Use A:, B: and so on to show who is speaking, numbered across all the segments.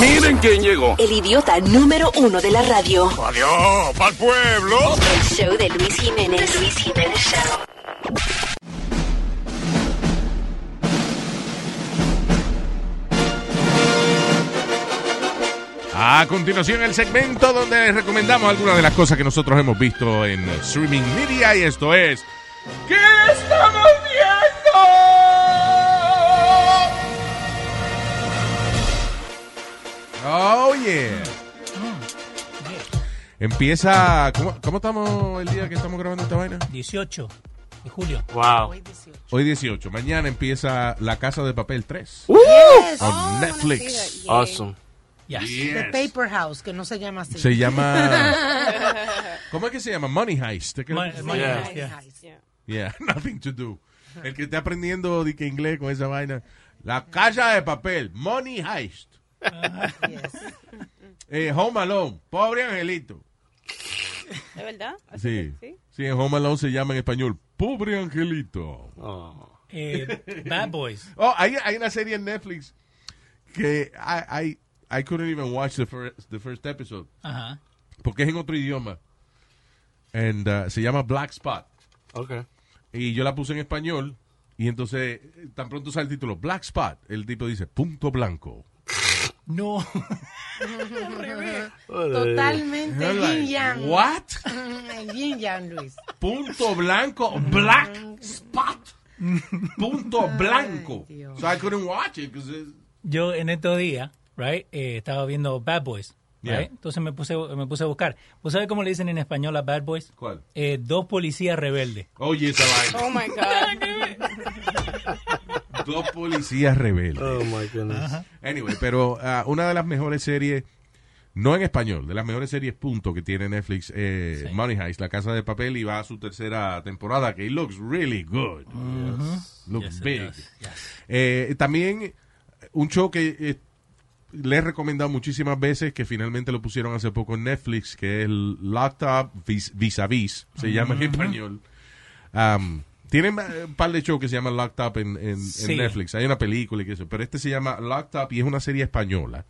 A: Miren quién llegó.
B: El idiota número uno de la radio.
A: Adiós, pa'l pueblo.
B: El show de Luis Jiménez. Luis Jiménez Show.
C: A continuación, el segmento donde les recomendamos algunas de las cosas que nosotros hemos visto en streaming media y esto es... ¿Qué estamos viendo? Oh, yeah. Empieza... ¿Cómo, cómo estamos el día que estamos grabando esta vaina?
D: 18 de julio.
E: Wow.
C: Hoy 18. Mañana empieza La Casa de Papel 3. On Netflix.
E: Awesome.
D: Yes.
F: The Paper House, que no se llama así.
C: Se llama... ¿Cómo es que se llama? Money Heist.
D: Ma- ma-
E: Yeah.
D: yes, yeah.
C: Yeah, nothing to do. El que esté aprendiendo de que inglés con esa vaina. La casa de papel, Money Heist,
F: Yes.
C: eh, Home Alone, pobre angelito.
G: ¿De verdad?
C: Sí, sí, en Home Alone se llama en español, pobre angelito.
E: Oh.
D: Eh, Bad Boys.
C: Oh, hay, hay una serie en Netflix que I, I, I couldn't even watch the first, the first episode
D: Ajá.
C: porque es en otro idioma. And, uh, se llama Black Spot.
E: Okay.
C: Y yo la puse en español. Y entonces, eh, tan pronto sale el título, Black Spot. El tipo dice, punto blanco.
D: No.
F: Totalmente
C: You're
F: yin
C: like,
F: yang.
C: What?
F: Mm, Yin yang, Luis.
C: Punto blanco, black spot. Punto blanco.
F: Dios.
C: so I couldn't watch it because
D: Yo en estos días, right, eh, estaba viendo Bad Boys.
C: Yeah.
D: right? Entonces me puse, me puse a buscar. ¿Vos sabés cómo le dicen en español a Bad Boys?
C: ¿Cuál?
D: Eh, dos policías rebeldes.
C: Oye, esa vaina.
G: Oh my God.
C: Dos policías rebeldes.
E: Oh my goodness.
C: Anyway, pero ah, una de las mejores series, no en español, de las mejores series punto que tiene Netflix, eh, Money Heist, La Casa de Papel, y va a su tercera temporada, que it looks really good. Looks
D: Yes, it
C: big.
D: does. Yes.
C: Eh, también un show que eh, le he recomendado muchísimas veces, que finalmente lo pusieron hace poco en Netflix, que es Laptop Vis Vis, -a -vis se llama en español. Um, tienen eh, un par de shows que se llaman Locked Up en, en- en
D: Sí.
C: Netflix. Hay una película y que eso. Pero este se llama Locked Up y es una serie española.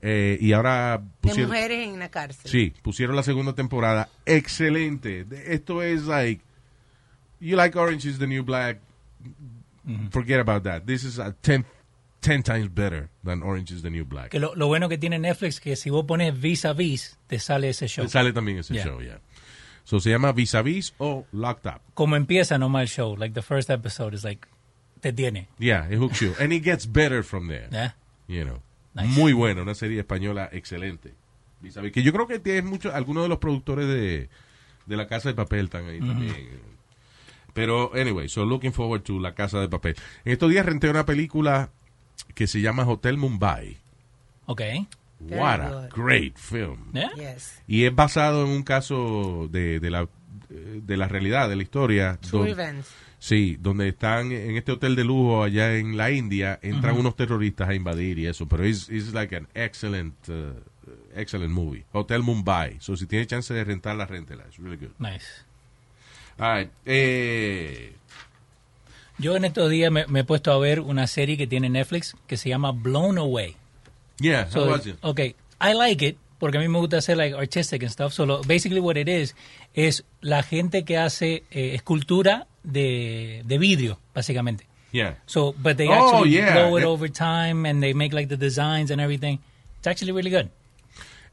C: Eh, y ahora
F: De
C: pusieron.
F: mujeres en la cárcel.
C: Sí, pusieron la segunda temporada. Excelente. De- Esto es like. You like Orange is the New Black. Forget about that. This is a ten, ten times better than Orange is the New Black.
D: Que lo, lo bueno que tiene Netflix que si vos pones vis a vis, te sale ese show.
C: Sale también ese
D: Yeah.
C: show, yeah. So se llama Vis a Vis o Locked Up.
D: Como empieza nomás el show, like the first episode is like, te tiene.
C: Yeah, it hooks you. And it gets better from there.
D: ¿eh?
C: You know.
D: Nice.
C: Muy bueno, una serie española excelente. Y sabe que yo creo que tienes mucho, algunos de los productores de, de La Casa de Papel están ahí
D: Mm-hmm.
C: también. Pero, anyway, so looking forward to La Casa de Papel. En estos días renté una película que se llama Hotel Mumbai.
D: Ok.
F: Very
C: What a
F: good.
C: great film.
D: ¿eh?
F: Yes.
C: Y es basado en un caso de, de la, de la realidad, de la historia.
F: True
C: donde-
F: events.
C: Sí, donde están en este hotel de lujo allá en la India, entran unos terroristas a invadir y eso, pero es it's like an excellent uh, excellent movie. Hotel Mumbai. So si tiene chance de rentarla, rentela. It's really good.
D: Nice.
C: All right. Eh,
D: Yo en estos días me, me he puesto a ver una serie que tiene Netflix que se llama Blown Away.
C: yeah,
D: So, oh.
C: how was it?
D: okay, I like it porque a mí me gusta hacer like artistic and stuff. So lo- basically what it is es la gente que hace eh, escultura de, de vidrio, básicamente.
C: Yeah.
D: So, but they
C: Oh,
D: actually
C: yeah.
D: blow it
C: Eh.
D: over time and they make like the designs and everything. It's actually really good.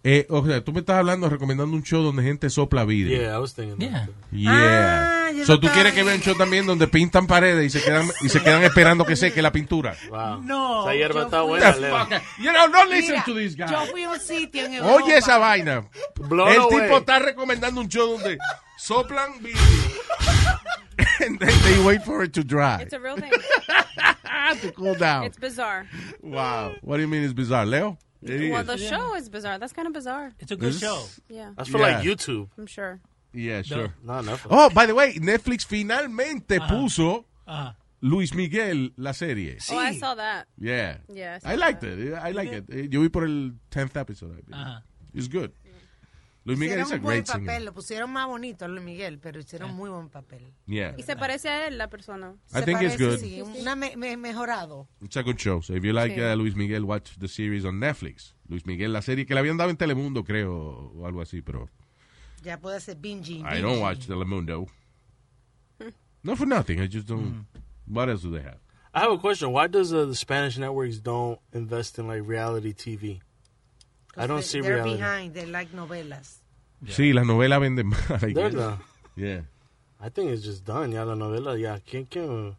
C: Eh, o sea, tú me estás hablando, recomendando un show donde gente sopla vidrio.
E: Yeah, I was thinking.
D: Yeah.
E: That. too.
C: Yeah.
F: Ah, yo
C: so
F: lo
C: tú
F: estaba
C: quieres que vea un show también donde pintan paredes y se quedan y se quedan esperando que seque la pintura.
E: Wow.
D: No,
E: Esa hierba
F: yo
E: está
F: fui-
E: buena, Leo.
C: You know, don't listen
F: Mira,
C: to this guy.
F: Yo fui a un sitio en Europa.
C: Oye esa vaina.
E: Blown
C: el
E: away.
C: tipo está recomendando un show donde soplan vidrio. And then they wait for it to dry.
G: It's a real thing.
C: to cool down.
G: It's bizarre.
C: Wow. What do you mean it's bizarre, Leo? It
G: Well,
C: is.
G: the show is bizarre. That's kind of bizarre.
D: it's a good
C: This-
D: show.
G: Yeah,
E: That's for like
C: Yeah.
E: YouTube.
G: I'm sure.
C: Yeah, sure.
E: Not enough.
C: Oh, by the way, Netflix finalmente puso
D: Ajá.
C: Luis Miguel la serie.
G: Oh, I saw that.
C: Yeah.
G: Yeah, I
C: I
G: saw
D: ah,
C: liked it. I like it. Eh, Yo vi por el 10th episode. I believe.
D: Ajá.
C: It's good. Luis Miguel
F: hicieron
C: es a
F: un buen
C: great
F: papel,
C: singer.
F: lo pusieron más bonito a Luis Miguel, pero hicieron muy buen papel.
C: Yeah.
G: Y se parece a él la persona.
C: I
F: Se
C: think it's
F: parece,
C: good.
F: sí, una me- me- mejorado.
C: It's a good show. So if you like
F: Sí.
C: uh, Luis Miguel, watch the series on Netflix. Luis Miguel, la serie que le habían dado en Telemundo, creo, o algo así, pero
F: Ya puede ser binging.
C: I don't watch Telemundo. Not for nothing. I just don't. What else do they have?
E: I have a question. Why does uh, the Spanish networks don't invest in like reality TV? I don't see
F: They're
E: reality.
F: behind, they like novelas.
C: Sí, las novelas venden más. I
E: They're
C: guess.
E: the-
C: Yeah.
E: I think it's just done. Ya la novela, ya quién quién.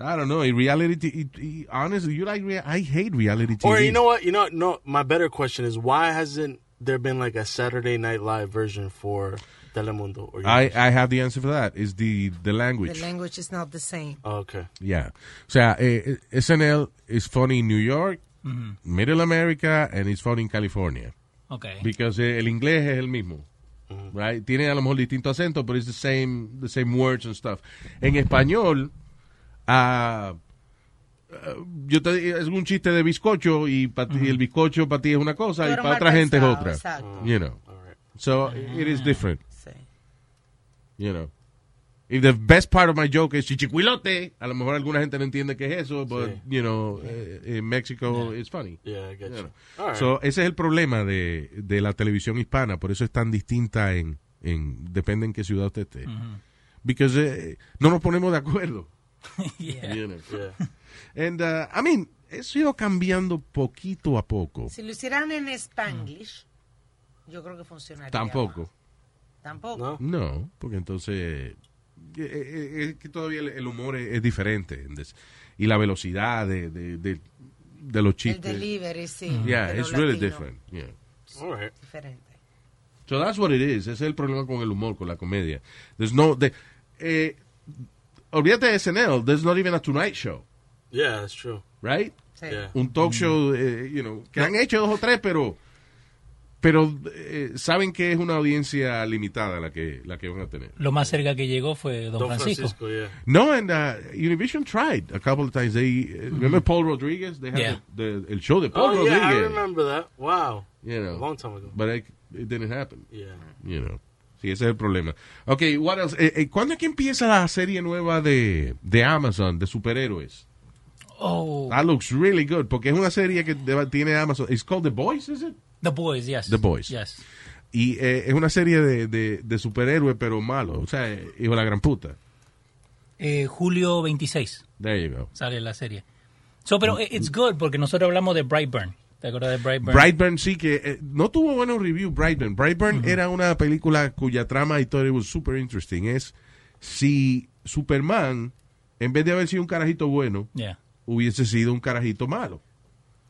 C: I don't know. In reality, t- it- it- honestly, you like. Rea- I hate reality TV.
E: Or you know what? You know no. My better question is why hasn't there been like a Saturday Night Live version for Telemundo? Or
C: I I have the answer for that. Is the the language.
F: The language is not the same.
E: Oh, okay.
C: Yeah. O sea, eh, eh, SNL is funny in New York, Middle America, and it's funny in California.
D: Ok.
C: Because eh, el inglés es el mismo. Right? Tiene a lo mejor distinto acento, pero it's the same, the same words and stuff. En español, ah, ah, yo te, es un chiste de bizcocho y pa' ti- el bizcocho para ti es una cosa
F: Pero
C: y para
F: mal
C: otra gente es
F: pensado,
C: otra.
F: exacto.
C: You know.
E: All right.
C: So it is different.
F: Sí.
C: You know. If the best part of my joke is chichicuilote, a lo mejor alguna gente no entiende qué es eso, but,
E: Sí.
C: you know, eh, in Mexico it's funny.
E: Yeah, I get
C: You
E: you.
C: know.
E: All right.
C: So, ese es el problema de, de la televisión hispana, por eso es tan distinta en, en depende en qué ciudad usted esté. Because eh, no nos ponemos de acuerdo.
D: Yeah.
C: you know.
E: yeah.
C: And, uh, I mean, eso ha ido cambiando poquito a poco.
F: Si lo hicieran en Spanglish, yo creo que funcionaría.
C: Tampoco.
F: más. Tampoco.
E: No.
C: No, porque entonces eh, eh, es que todavía el, el humor es, es diferente ¿entendés? y la velocidad de, de, de- de los
F: El
C: chistes.
F: delivery, sí.
C: pues. yeah,
F: de los
C: it's really
F: latinos,
C: different. Yeah.
E: All right.
F: Diferente.
C: So that's what it is. Ese es el problema con el humor, con la comedia. There's no, the- eh, olvídate de SNL. There's not even a Tonight Show,
E: Yeah, that's true.
C: right?
F: Sí.
E: Yeah. Mm.
C: Un talk show, eh, you know, que han hecho dos o tres, pero pero eh, saben que es una audiencia limitada la que la que van a tener.
D: Lo más cerca que llegó fue Don,
E: Don
D: Francisco.
E: Francisco. yeah.
C: No, and uh, Univision tried a couple of times. They uh, remember Paul Rodriguez. They had
D: Yeah.
C: the, the el show de Paul
E: Mm-hmm. Oh
C: Rodriguez.
E: yeah, I remember that. Wow.
C: You know,
E: A long time ago.
C: but it, it didn't happen.
E: Yeah.
C: You know. Sí, ese es el problema. Okay, what else? Eh, eh, ¿Cuándo es que empieza la serie nueva de, de Amazon de superhéroes?
D: Oh,
C: That looks really good porque es una serie que de- tiene Amazon. It's called The Boys, is it?
D: The Boys, yes.
C: The Boys.
D: Yes.
C: Y eh, es una serie de, de, de superhéroes pero malo, o sea, eh, hijo de la gran puta.
D: Eh, julio 26
C: There you go.
D: sale la serie. So, pero eh, it's good porque nosotros hablamos de Brightburn. ¿Te acuerdas de Brightburn?
C: Brightburn sí que eh, no tuvo buenos reviews. Brightburn, Brightburn era una película cuya trama y historia was super interesting. Es si Superman en vez de haber sido un carajito bueno
D: Yeah.
C: hubiese sido un carajito malo,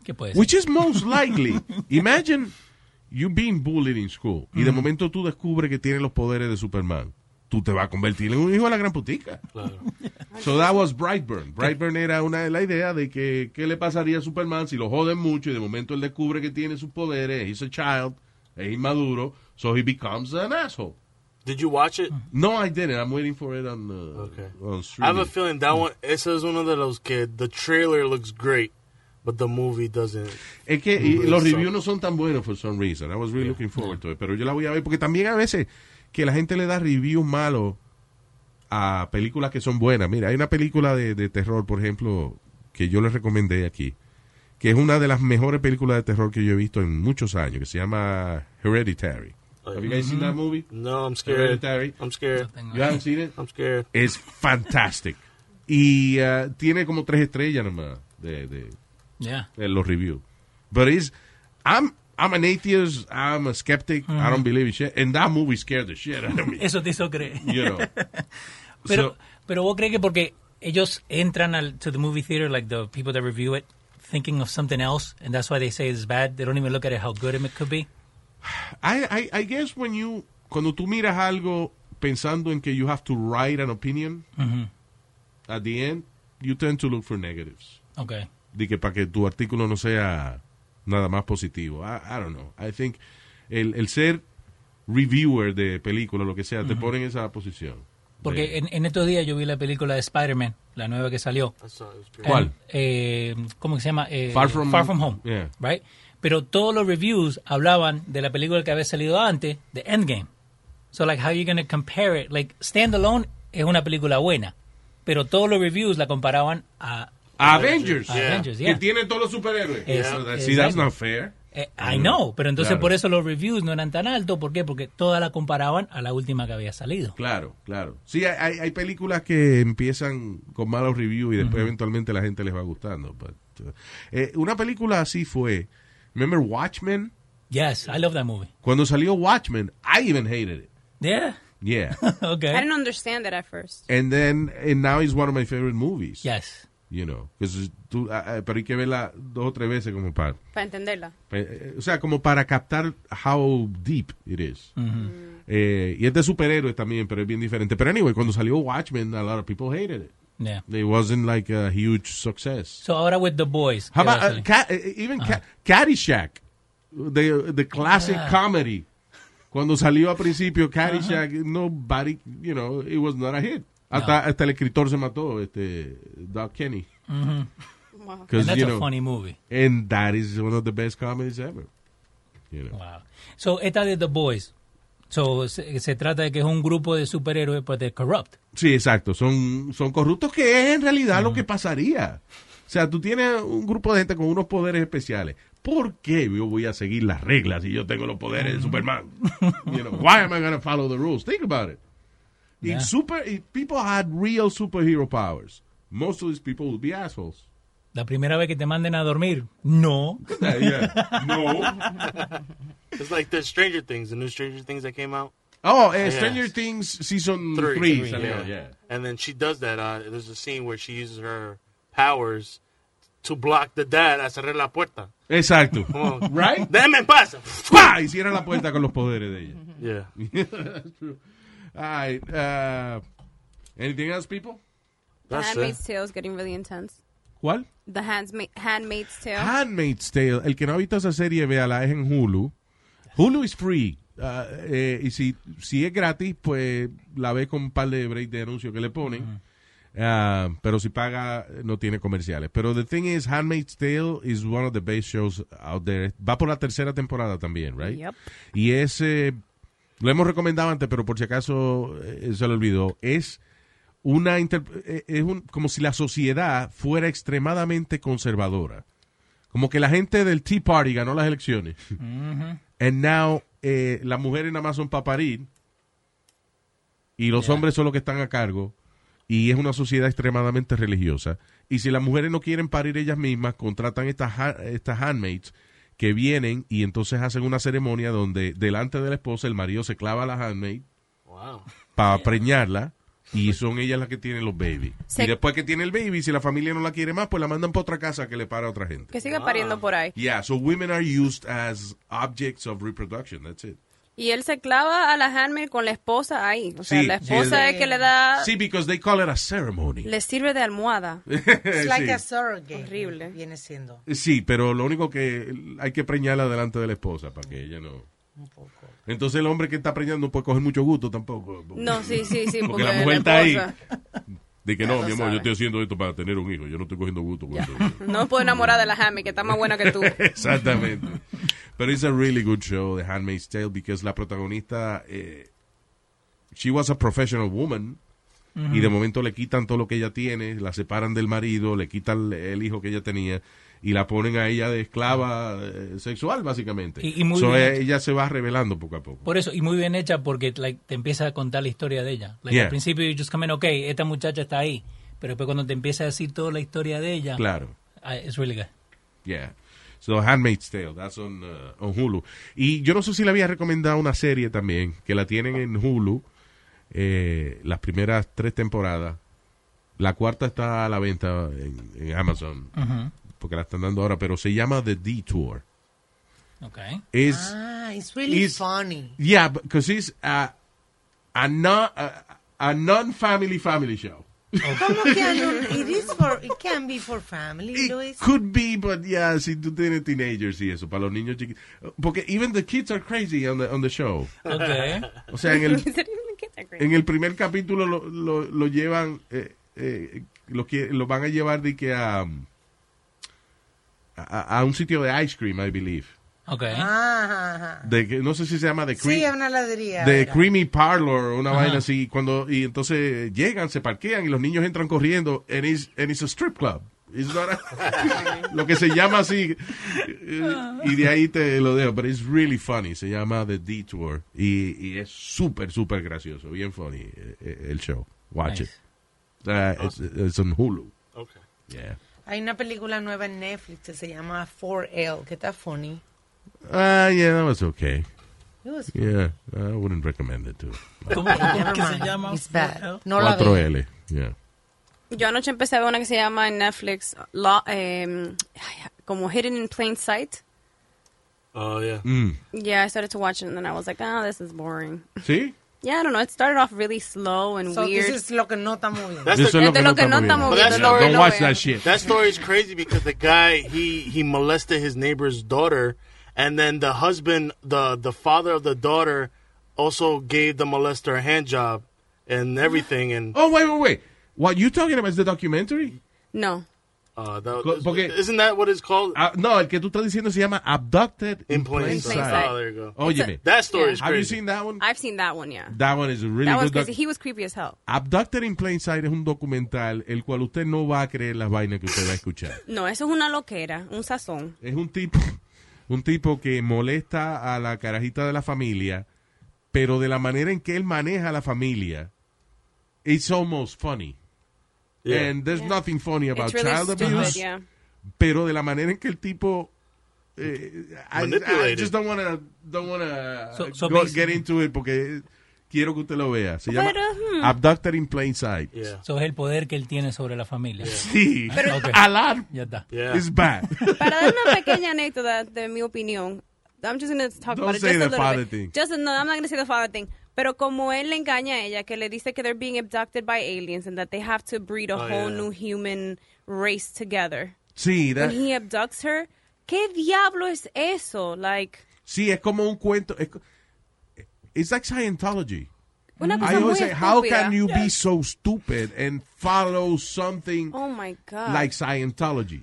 D: ¿Qué puede ser?
C: which is most likely. Imagine you being bullied in school y de momento tú descubres que tienes los poderes de Superman. Tú te vas a convertir en un hijo de la gran putica.
E: Claro.
C: So that was Brightburn. Brightburn era una la idea de que qué le pasaría a Superman si lo joden mucho y de momento él descubre que tiene sus poderes, he's a child, es inmaduro, so he becomes an asshole.
E: Did you watch it?
C: No, I didn't. I'm waiting for it on uh,
E: Okay.
C: on
E: I have
C: streaming.
E: a feeling
C: mm.
E: that one. It's es uno de los que the trailer looks great, but the movie doesn't.
C: es que y los
E: Eso.
C: reviews no son tan buenos for some reason. I was really looking forward to it, pero yo la voy a ver porque también a veces que la gente le da reviews malos a películas que son buenas. Mira, hay una película de, de terror, por ejemplo, que yo les recomendé aquí, que es una de las mejores películas de terror que yo he visto en muchos años, que se llama Hereditary.
E: Ay.
C: Have you guys seen that movie?
E: No, I'm scared.
C: Hereditary.
E: I'm scared.
C: You haven't seen it?
E: I'm scared.
C: Es fantastic. Y uh, tiene como tres estrellas nomás de, de,
D: Yeah.
C: en eh, los reviews. But it's, I'm, I'm an atheist, I'm a skeptic, I don't believe in shit, and that movie scared the shit out of me.
D: Eso te hizo creer.
C: you know.
D: Pero,
C: So-
D: pero vos crees que porque ellos entran al to the movie theater, like the people that review it, thinking of something else, and that's why they say it's bad. They don't even look at it how good it could be.
C: I, I, I guess when you, cuando tú miras algo pensando en que you have to write an opinion, at the end, you tend to look for negatives.
D: Okay.
C: De que para que tu artículo no sea nada más positivo. I, I don't know. I think el, el ser reviewer de películas, lo que sea, te pone en esa posición.
D: Porque
C: Sí.
D: en, en estos días yo vi la película de Spider-Man, la nueva que salió.
E: I saw it was pretty.
C: ¿Cuál?
D: Eh, ¿Cómo que se llama? Eh,
C: Far From-
D: Home.
C: Yeah.
D: Right? Pero todos los reviews hablaban de la película que había salido antes, de Endgame. So, like, how you going to compare it? Like, Standalone es una película buena, pero todos los reviews la comparaban a
C: Avengers.
D: A Avengers, yeah.
C: Que tiene todos los superhéroes.
D: Es-
C: So that-
D: es-
C: See, that's not fair.
D: Eh, I know, pero entonces
C: Mm, Claro.
D: por eso los reviews no eran tan altos. ¿Por qué? Porque todas la comparaban a la última que había salido.
C: Claro, claro. Sí, hay, hay- hay películas que empiezan con malos reviews y después eventualmente la gente les va gustando. but, uh, eh, una película así fue, remember Watchmen?
D: Yes, I love that movie.
C: Cuando salió Watchmen, I even hated it.
D: Yeah,
C: Yeah.
G: I
C: ¿Eh?
D: okay.
G: didn't understand it at first.
C: and then, and now it's one of my favorite movies.
D: Yes.
C: You know, 'cause tú, ah, ah, pero hay que verla dos o tres veces como para,
G: Para entenderla.
C: eh, o sea, como para captar how deep it is. Eh, y es de superhéroes también, pero es bien diferente. Pero anyway, cuando salió Watchmen, a lot of people hated it.
D: Yeah.
C: It wasn't like a huge success.
D: So ahora with the boys.
C: How
D: ¿qué va a
C: about uh,
D: salir?
C: Ca- uh, even
D: Uh-huh.
C: Ca- Caddyshack, the the classic comedy? Cuando salió a principio
D: Uh-huh.
C: Caddyshack, nobody, you know, it was not a hit. Hasta, hasta el escritor se mató, este Doc Kenny.
G: Wow.
C: 'Cause,
D: And that's
C: you
D: a
C: know,
D: funny movie.
C: And that is one of the best comedies ever. You know.
D: Wow. So esta de the boys. So se, se trata de que es un grupo de superhéroes pues de corrupt.
C: Sí, exacto. Son, son corruptos, que es en realidad lo que pasaría. O sea, tú tienes un grupo de gente con unos poderes especiales. ¿Por qué yo voy a seguir las reglas si yo tengo los poderes
E: Mm.
C: de Superman? You know, why am I going to follow the rules? Think about it. Y
D: Yeah.
C: super, y people had real superhero powers. Most of these people would be assholes.
D: La primera vez que te manden a dormir. No.
C: Yeah. No.
E: It's like the Stranger Things, the new Stranger Things that came out.
C: Oh, eh, Stranger
E: Yes.
C: Things Season
E: Three.
C: 3.
E: Three,
C: salió,
E: yeah.
C: Mm, yeah.
E: And then she does that. Uh, there's a scene where she uses her powers to block the dad a cerrar la puerta.
C: Exacto.
E: Como,
C: Right?
E: Déjame en paz.
C: ¡Pah! Y cierra la puerta con los poderes de ella.
E: Yeah.
C: All right. Uh, anything else, people?
G: The
E: That's it.
G: Handmaid's Tale is getting really intense.
C: ¿Cuál?
G: The Handma Handmaid's Tale.
C: Ah, Handmaid's Tale. El que no ha visto esa serie, véala, es en Hulu. Hulu is free. Ah, eh, y si, si es gratis, pues la ve con un par de break de anuncio que le ponen. Ah, pero si paga, no tiene comerciales. Pero the thing is, Handmaid's Tale is one of the best shows out there. Va por la tercera temporada también, right?
G: Yep.
C: Y es, eh, lo hemos recomendado antes, pero por si acaso eh, se lo olvidó, es una inter- eh, es un- como si la sociedad fuera extremadamente conservadora. Como que la gente del Tea Party ganó las elecciones. And now eh, las mujeres nada más son para parir y los hombres son los que están a cargo. Y es una sociedad extremadamente religiosa. Y si las mujeres no quieren parir ellas mismas, contratan estas, ha- estas handmaids que vienen y entonces hacen una ceremonia donde delante de la esposa el marido se clava a la handmaid
E: Wow.
C: para preñarla y son ellas las que tienen los babies.
G: Se-
C: Y después que tiene el baby, si la familia no la quiere más, pues la mandan para otra casa que le para a otra gente.
G: Que siga pariendo por ahí.
C: Yeah, so women are used as objects of reproduction, that's it.
G: Y él se clava a la handmaid con la esposa ahí. O sea,
C: Sí,
G: la
C: sí,
G: esposa
F: es-
G: es que le da...
C: Sí, because they call it a ceremony.
G: Ah. Le sirve de almohada.
F: It's like a
C: sí.
F: surrogate. eh,
G: Horrible.
F: Viene siendo
C: Sí, pero lo único que hay que preñarla delante de la esposa para que ella no...
F: un poco.
C: Entonces el hombre que está preñando no puede coger mucho gusto tampoco.
G: No, sí, sí, sí.
C: Porque la mujer está ahí. De que no, mi amor, yo estoy haciendo esto para tener un hijo. Yo no estoy cogiendo gusto con eso.
G: No me puedo enamorar de la handmaid, que está más buena que tú.
C: Exactamente. Pero it's a really good show, The Handmaid's Tale, because la protagonista, eh, she was a professional woman, y de momento le quitan todo lo que ella tiene, la separan del marido, le quitan el, el hijo que ella tenía, y la ponen a ella de esclava eh, sexual, básicamente.
D: Y- y muy
C: So,
D: bien
C: eh,
D: hecho.
C: ella se va revelando poco a poco.
D: Por eso, y muy bien hecha porque like, te empieza a contar la historia de ella. Like,
C: Yeah.
D: Al principio, you just come in, ok, esta muchacha está ahí. Pero después cuando te empieza a decir toda la historia de ella,
C: Claro.
D: ah, it's really good.
C: Yeah. So, Handmaid's Tale, that's on, uh, on Hulu. Y yo no sé si le había recomendado una serie también, que la tienen en Hulu, eh, las primeras tres temporadas. La cuarta está a la venta en, en Amazon, porque la están dando ahora, pero se llama The Detour.
D: Okay.
C: Es,
F: Ah, it's really
C: It's-
F: funny.
C: yeah, because it's a, a, non, a, a non-family family show.
F: ¿Cómo que hay un- it is for it can be for family,
C: It
F: Luis?
C: could be, but yeah, si tú tienes teenagers y eso, para los niños chiquitos. Porque even the kids are crazy on the, on the show.
D: Okay.
C: O sea, en el,
G: ¿En serio? ¿Qué te
F: Cream.
C: en el primer capítulo lo, lo- lo llevan, eh, eh, lo, que- lo van a llevar de que a, a, a un sitio de ice cream, I believe.
D: Ok.
F: Ah, Ajá, ajá.
C: De que, no sé si se llama The Cream.
F: Sí, es una heladería.
C: de
F: era.
C: Creamy Parlor, una vaina así, cuando y entonces llegan, se parquean y los niños entran corriendo, and it's, and it's a strip club. It's not a- lo que se llama así eh,
F: Ah.
C: y de ahí te lo dejo, pero it's really funny, se llama The Detour y, y es súper súper gracioso, bien funny eh, eh, el show. Watch
D: Nice.
C: it. Uh, it's, it's on Hulu.
E: Okay.
C: Yeah.
F: Hay una película nueva en Netflix que se llama 4L, que está funny.
C: Ah, yeah, that was okay.
F: It was-
C: Yeah, I wouldn't recommend it too.
D: ¿Cómo, cómo
F: Never
D: que se
F: mind,
D: llama?
F: it's bad. No la vi.
C: 4L. Yeah.
G: Yo anoche empecé a ver una que se llama en Netflix, Lo- eh, ay, como Hidden in Plain Sight.
E: Oh yeah.
C: Mm.
G: Yeah, I started to watch it and then I was like, ah, this is boring.
C: ¿Sí?
G: Yeah, I don't know. It started off really slow and
F: So
G: weird.
F: this is lo que no está muy bien.
E: That's
C: Eso
E: the,
G: es de lo que no
C: muy
G: estamos
C: bien.
E: viendo,
C: Don't
E: no
C: watch
G: veo.
C: that shit.
E: that story is crazy because the guy he he molested his neighbor's daughter, and then the husband, the the father of the daughter, also gave the molester a hand job and everything, and
C: Oh, wait, wait, wait. What you talking about is the documentary?
G: no.
E: uh,
C: Co-
E: that,
C: porque-
E: isn't that what it's called?
C: Ah, no, el que tú estás diciendo se llama Abducted in,
E: in plain
C: Plain
E: sight.
G: sight.
E: Oh, there you go.
C: Óyeme,
E: That story
G: Yeah.
E: is
C: have you
E: crazy.
C: seen that one?
G: I've seen that one, yeah.
C: That one is a really
G: That one's
C: good. doc-
G: crazy. He was creepy as hell.
C: Abducted in Plain Sight es un documental el cual usted no va a creer las vainas que usted va a escuchar.
G: No, eso es una loquera, un sazón.
C: es un tipo, un tipo que molesta a la carajita de la familia, pero de la manera en que él maneja a la familia, it's almost funny.
E: Yeah.
C: And there's
G: Yeah.
C: nothing funny about
G: It's really
C: child
G: stupid,
C: abuse.
G: yeah.
C: pero de la manera en que el tipo eh, I,
E: Manipulated.
C: I just don't wanna don't wanna
D: So- so
C: go-
D: basically-
C: get into it porque quiero que usted lo vea se llama
G: Pero, hmm.
C: Abducted in Plain Sight
E: Yeah.
D: Eso es el poder que él tiene sobre la familia.
C: sí
D: Ok.
C: Alarm
D: Ya está.
E: Yeah.
C: is bad
G: Para dar una pequeña anécdota de mi opinión, I'm just going to talk
C: Don't
G: about it
C: say
G: just a
C: the
G: little
C: father
G: bit.
C: thing.
G: Just, no, I'm not going to say the father thing. Pero como él le engaña a ella, que le dice que they're being abducted by aliens and that they have to breed a
E: Oh,
G: whole
E: yeah.
G: new human race together.
C: sí that-
G: When he abducts her, ¿qué diablo es eso? Like,
C: sí es como un cuento es, co- it's like Scientology
G: una cosa
C: Mm. I
G: muy
C: always say how
G: estúpida.
C: can you be so stupid and follow something
G: Oh my God.
C: like Scientology.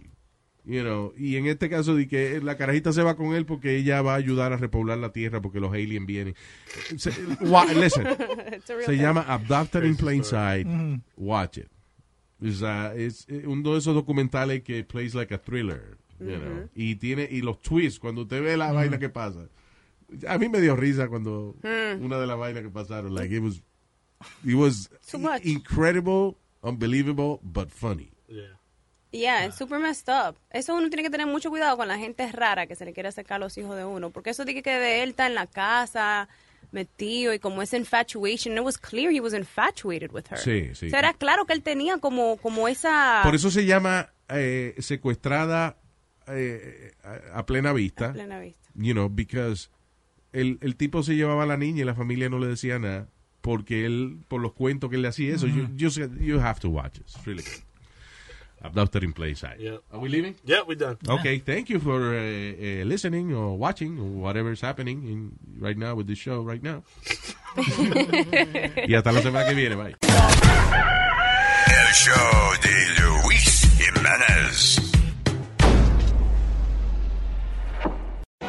C: You know, y en este caso de que la carajita se va con él porque ella va a ayudar a repoblar la tierra porque los aliens vienen. Se, eh, wa- listen,
G: It's a real
C: se
G: thing.
C: llama Abducted in Plain Sight. Watch it. Es uno de esos documentales que plays like a thriller. you
G: Mm-hmm.
C: know. Y tiene y los twists cuando usted ve la vaina que pasa. A mí me dio risa cuando
G: Mm.
C: una de las vainas que pasaron. Like it was, it was
G: Too much.
C: incredible, unbelievable, but funny.
E: Yeah.
G: Yeah,
C: Ah.
G: it's super messed up. Eso uno tiene que tener mucho cuidado con la gente rara que se le quiere acercar a los hijos de uno. Porque eso dije que de él está en la casa, metido, y como esa infatuation. It was clear he was infatuated with her.
C: Sí, sí.
G: O sea, era claro que él tenía como, como esa...
C: Por eso se llama eh, secuestrada eh, a, a plena vista.
G: plena vista.
C: You know, because el, el tipo se llevaba a la niña y la familia no le decía nada porque él, por los cuentos que él le hacía eso, you, you- you have to watch it. It's really good. Abducted in plain sight.
E: Yep.
C: Are we leaving?
E: Yeah, we done.
C: Okay, thank you for uh, uh, listening or watching or whatever is happening in, right now with this show right now. y hasta la semana que viene, bye.
A: El show de Luis Jiménez.